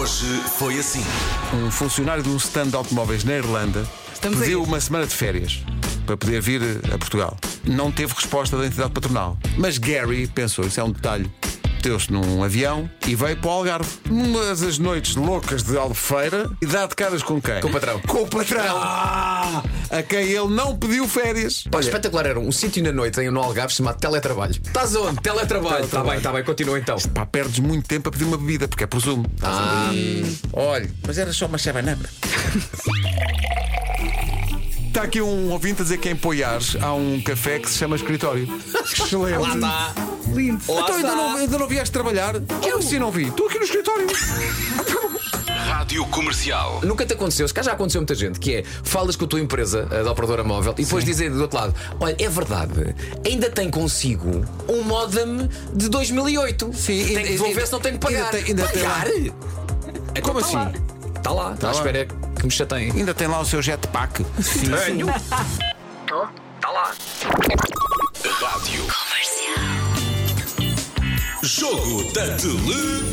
Hoje foi assim. Um funcionário de um stand de automóveis na Irlanda Estamos pediu aí. uma semana de férias para poder vir eh, a Portugal. Não teve resposta da entidade patronal. Mas Gary pensou, isso é um detalhe. Meteu-se num avião e veio para o Algarve. Mas as noites loucas de Albufeira e dá de caras com quem? Com o patrão. Ah! Com o patrão. A quem ele não pediu férias. Pá, espetacular era um sítio na noite em no Algarve chamado Teletrabalho. Estás onde? Teletrabalho. Está bem, está bem, continua então. Pá, perdes muito tempo a pedir uma bebida, porque é por Zoom. Ah, Olha, mas era só uma chabanaba. Está aqui um ouvinte a dizer que em Poiares há um café que se chama Escritório. Excelente. lá está. Lindo. Lá então ainda está. não, ainda não vieste trabalhar? Eu sim não vi. Estou aqui no escritório. Rádio Comercial. Nunca te aconteceu, se cá já aconteceu a muita gente, que é falas com a tua empresa, a da operadora móvel, e depois dizem do outro lado: Olha, é verdade, ainda tem consigo um modem de 2008. Sim, tem ainda- que devolver, se não tem que pagar. ainda tem- ainda tem lá. pagar? É Como assim? Está Tá lá, está à lá. espera que me chateiem. Ainda tem lá o seu jetpack. Sim, Tenho. Tá Rádio. Comercial. Jogo da Tele.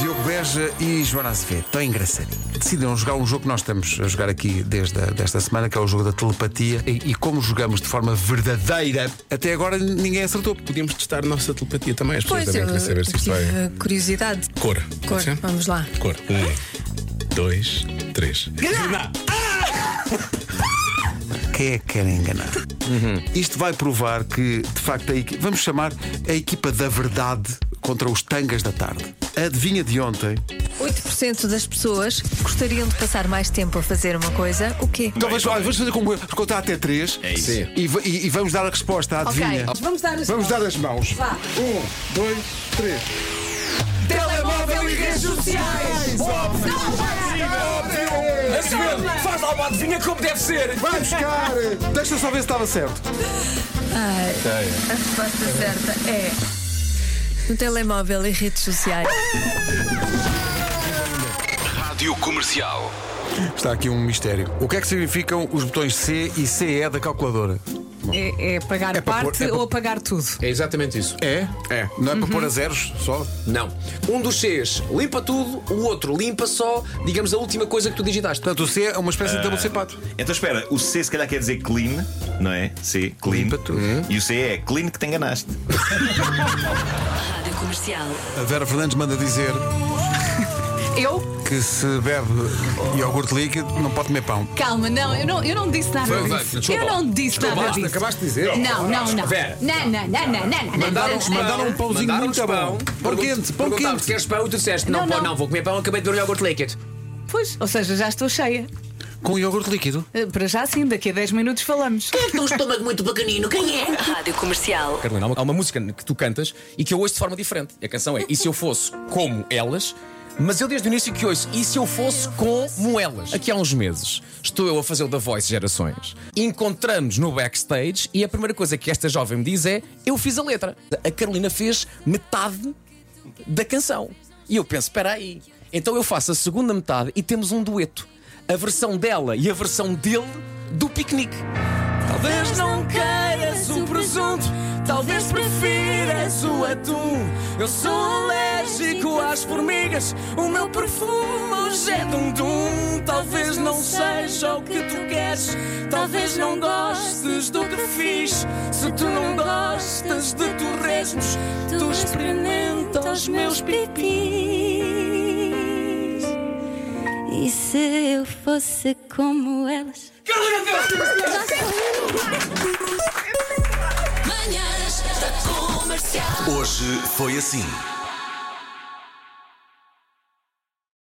Diogo Beja e Joana Azevedo. Tão engraçado. Decidiram jogar um jogo que nós estamos a jogar aqui desde a- desta semana, que é o jogo da telepatia. E, e como jogamos de forma verdadeira, até agora ninguém acertou. Podíamos testar a nossa telepatia também. As pessoas Pois também eu, querem saber se isto tive vai. curiosidade. Cor. Cor, pode ser? vamos lá. Cor. Um, dois, três. Quem é que quer enganar? Isto vai provar que, de facto, a equi- vamos chamar a equipa da verdade contra os tangas da tarde. Adivinha de ontem? 8% das pessoas gostariam de passar mais tempo a fazer uma coisa. O quê? Então vamos, olha, vamos fazer como eu, vou contar até três isso. Sim. e, va- e- e vamos dar a resposta à adivinha. Ok, vamos dar as Vamos dar as mãos. Vá. Um, dois, três. Telemóvel e redes sociais! Faz lá uma adivinha como deve ser. Vai buscar! Deixa eu só ver se estava certo. A resposta certa é. No telemóvel e redes sociais. Rádio Comercial. Está aqui um mistério. O que é que significam os botões C e CE da calculadora? É, é pagar É para parte pôr- é para- ou apagar tudo. É exatamente isso. É? É. Não é para pôr a zeros só? Não. Um dos Cs limpa tudo, o outro limpa só, digamos, a última coisa que tu digitaste. Portanto, o C é uma espécie de double C pato. Então espera, o C se calhar quer dizer clean, não é? C, clean. Limpa tudo. E o C é clean que te enganaste. Rádio Comercial. A Vera Fernandes manda dizer Eu? que se bebe iogurte líquido não pode comer pão. Calma, não, eu não, eu não disse nada Foi, vai, disso. desculpa. eu não disse nada de disso. dizer? Não, não, não. Vera. Não, não, não, não, não, não. Mandaram-nos não, pão, mandaram um pãozinho mandaram-nos muito bom. Pergun- Pão quente, pão perguntámos, quente. Queres pão e tu disseste, não, Não, pão, não. não, vou comer pão, acabei de beber um iogurte líquido. Pois, ou seja, já estou cheia. Com iogurte líquido? Eh, Para já sim, daqui a 10 minutos falamos. é? Rádio Comercial. Carolina, há uma, há uma música que tu cantas e que eu ouço de forma diferente. E a canção é E se eu fosse como elas? Mas eu desde o início que ouço E se eu fosse como elas? Aqui há uns meses estou eu a fazer o da Voice Gerações. Encontramos no backstage e a primeira coisa que esta jovem me diz é: Eu fiz a letra. A Carolina fez metade da canção. E eu penso: Espera aí. Então eu faço a segunda metade e temos um dueto. A versão dela e a versão dele do piquenique. Talvez não queiras o presunto, talvez prefiras o atum. Eu sou alérgico às formigas, o meu perfume hoje é dum-dum. Talvez não seja o que tu queres, talvez não gostes do que fiz. Se tu não gostas de torresmos, tu experimenta os meus pipis. E se eu fosse como elas? Hoje foi assim.